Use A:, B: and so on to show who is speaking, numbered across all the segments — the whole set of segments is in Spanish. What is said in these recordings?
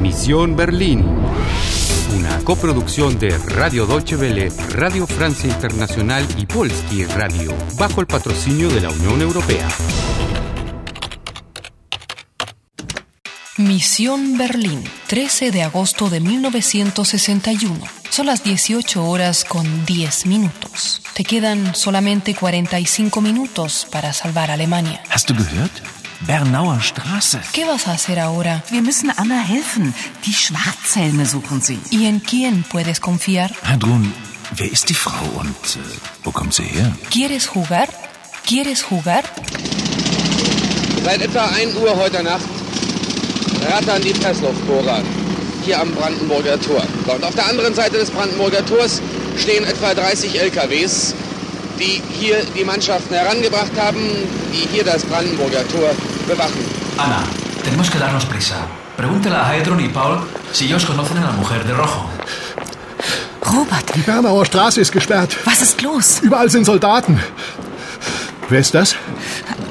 A: Misión Berlín. Una coproducción de Radio Deutsche Welle, Radio Francia Internacional y Polski Radio, bajo el patrocinio de la Unión Europea.
B: Misión Berlín, 13 de agosto de 1961. Son las 18 horas con 10 minutos. Te quedan solamente 45 minutos para salvar Alemania.
C: Hast du gehört? Bernauer Straße.
B: ¿Qué vas a hacer ahora?
D: Wir müssen Anna helfen. Die Schwarzhelme suchen sie.
B: ¿Y en quién puedes confiar?
C: Hadrun, wer ist die Frau und äh, wo kommt sie her?
B: ¿Quieres jugar? ¿Quieres jugar?
E: Seit etwa 1 Uhr heute Nacht rattern die Pressluftbohrer hier am Brandenburger Tor. So, Und auf der anderen Seite des Brandenburger Tors stehen etwa 30 LKWs, die hier die Mannschaften herangebracht haben, die hier das Brandenburger Tor bewachen.
F: Ana, tenemos que darnos prisa. Pregúntela a Hedron y Paul si ellos conocen a la mujer de rojo.
D: Robert,
G: Die Bernauer Straße ist gesperrt.
D: was ist los?
G: Überall sind Soldaten. Wer ist das?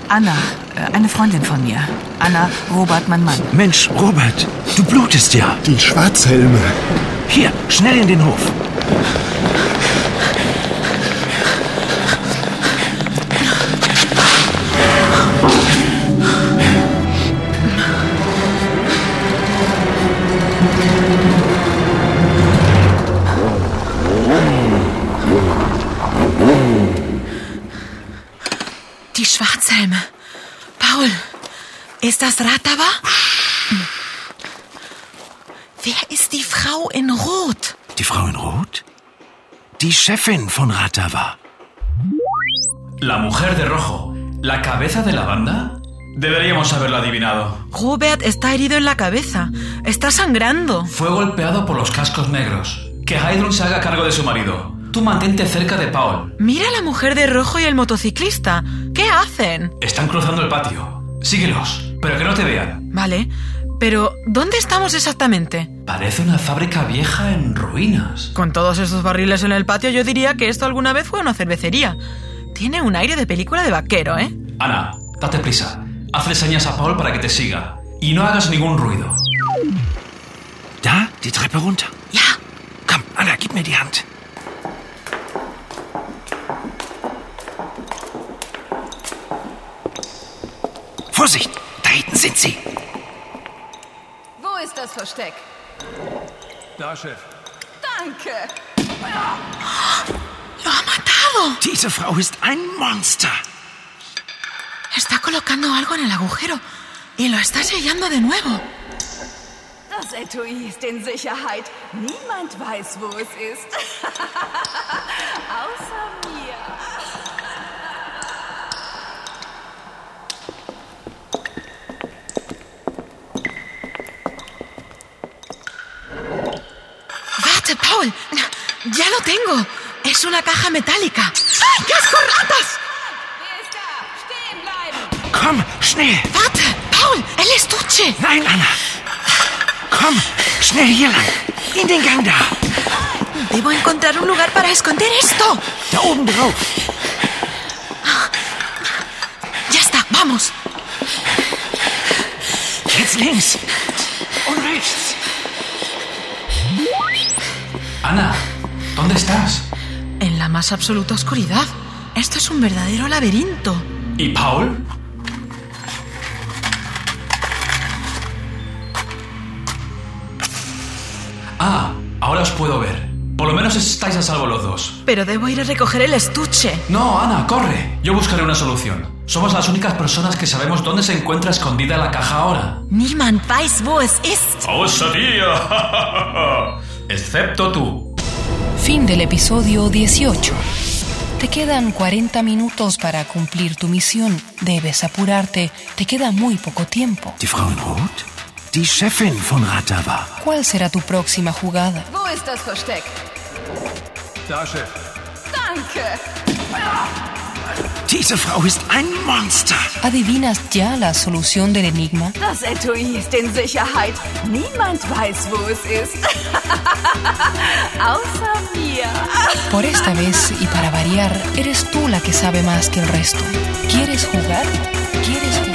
D: Anna, äh, eine Freundin von mir. Anna, Robert, mein Mann.
C: Mensch, Robert, du blutest ja.
G: Die Schwarzhelme.
C: Hier, schnell in den Hof.
H: Die Schwarzhelme. Paul, ist das Ratava? Wer ist die Frau in Rot?
C: Die Frau in Rot? Die Chefin von Ratava.
F: ¿La mujer de rojo? ¿La cabeza de la banda? Deberíamos haberlo adivinado.
H: Robert está herido en la cabeza. Está sangrando.
F: Fue golpeado por los cascos negros. Que Hedron se haga cargo de su marido. Tú mantente cerca de Paul.
H: Mira a la mujer de rojo y el motociclista. ¿Qué hacen?
F: Están cruzando el patio. Síguelos, pero que no te vean.
H: Vale, pero ¿dónde estamos exactamente?
F: Parece una fábrica vieja en ruinas.
H: Con todos esos barriles en el patio, yo diría que esto alguna vez fue una cervecería. Tiene un aire de película de vaquero, ¿eh?
F: Ana, date prisa. Hazle señas a Paul para que te siga. Y no hagas ningún ruido.
C: Da, die Treppe runter.
H: Ja,
C: Komm, Anna, gib mir die Hand. Vorsicht, da hinten sind sie.
I: Wo ist das Versteck?
F: Da, Chef.
I: Danke.
H: lo ha matado.
C: Diese Frau ist ein Monster.
H: Está colocando algo en el agujero y lo está sellando de nuevo.
I: Das Etui ist in Sicherheit. Niemand weiß, wo es ist. Außer mir.
H: ¡Vate, Paul! ¡Ya lo tengo! Es una caja metálica. ¡Ay, cascorratas!
I: Wer ist da? Stehen bleiben!
C: Komm, schnell.
H: ¡Vate, Paul! ¡El estuche!
C: Nein, Anna. Komm, schnell hier lang. In den Gang da.
H: Debo encontrar un lugar para esconder esto.
C: Da oben drauf.
H: ¡Ya está! ¡Vamos!
C: Jetzt links. Und rechts.
F: Ana, ¿dónde estás?
H: En la más absoluta oscuridad. Esto es un verdadero laberinto.
F: ¿Y Paul? Ah, ahora os puedo ver. Por lo menos estáis a salvo los dos.
H: Pero debo ir a recoger el estuche.
F: No, Ana, corre. Yo buscaré una solución. Somos las únicas personas que sabemos dónde se encuentra escondida la caja ahora.
H: Niemand weiß, wo es ist.
F: ¡Osadía! Excepto tú.
B: Fin del episodio 18. Te quedan 40 minutos para cumplir tu misión. Debes apurarte. Te queda muy poco tiempo.
C: Die Frau in Rot? Die Chefin von Ratava.
B: ¿Cuál será tu próxima jugada?
I: Wo ist das Versteck?
F: Da, Chef.
I: Danke.
C: Diese Frau ist ein Monster.
B: ¿Adivinas ya la solución del enigma?
I: Das Etui ist in Sicherheit. Niemand weiß, wo es ist. Außer mir.
B: Por esta vez y para variar, eres tú la que sabe más que el resto. ¿Quieres jugar? ¿Quieres jugar?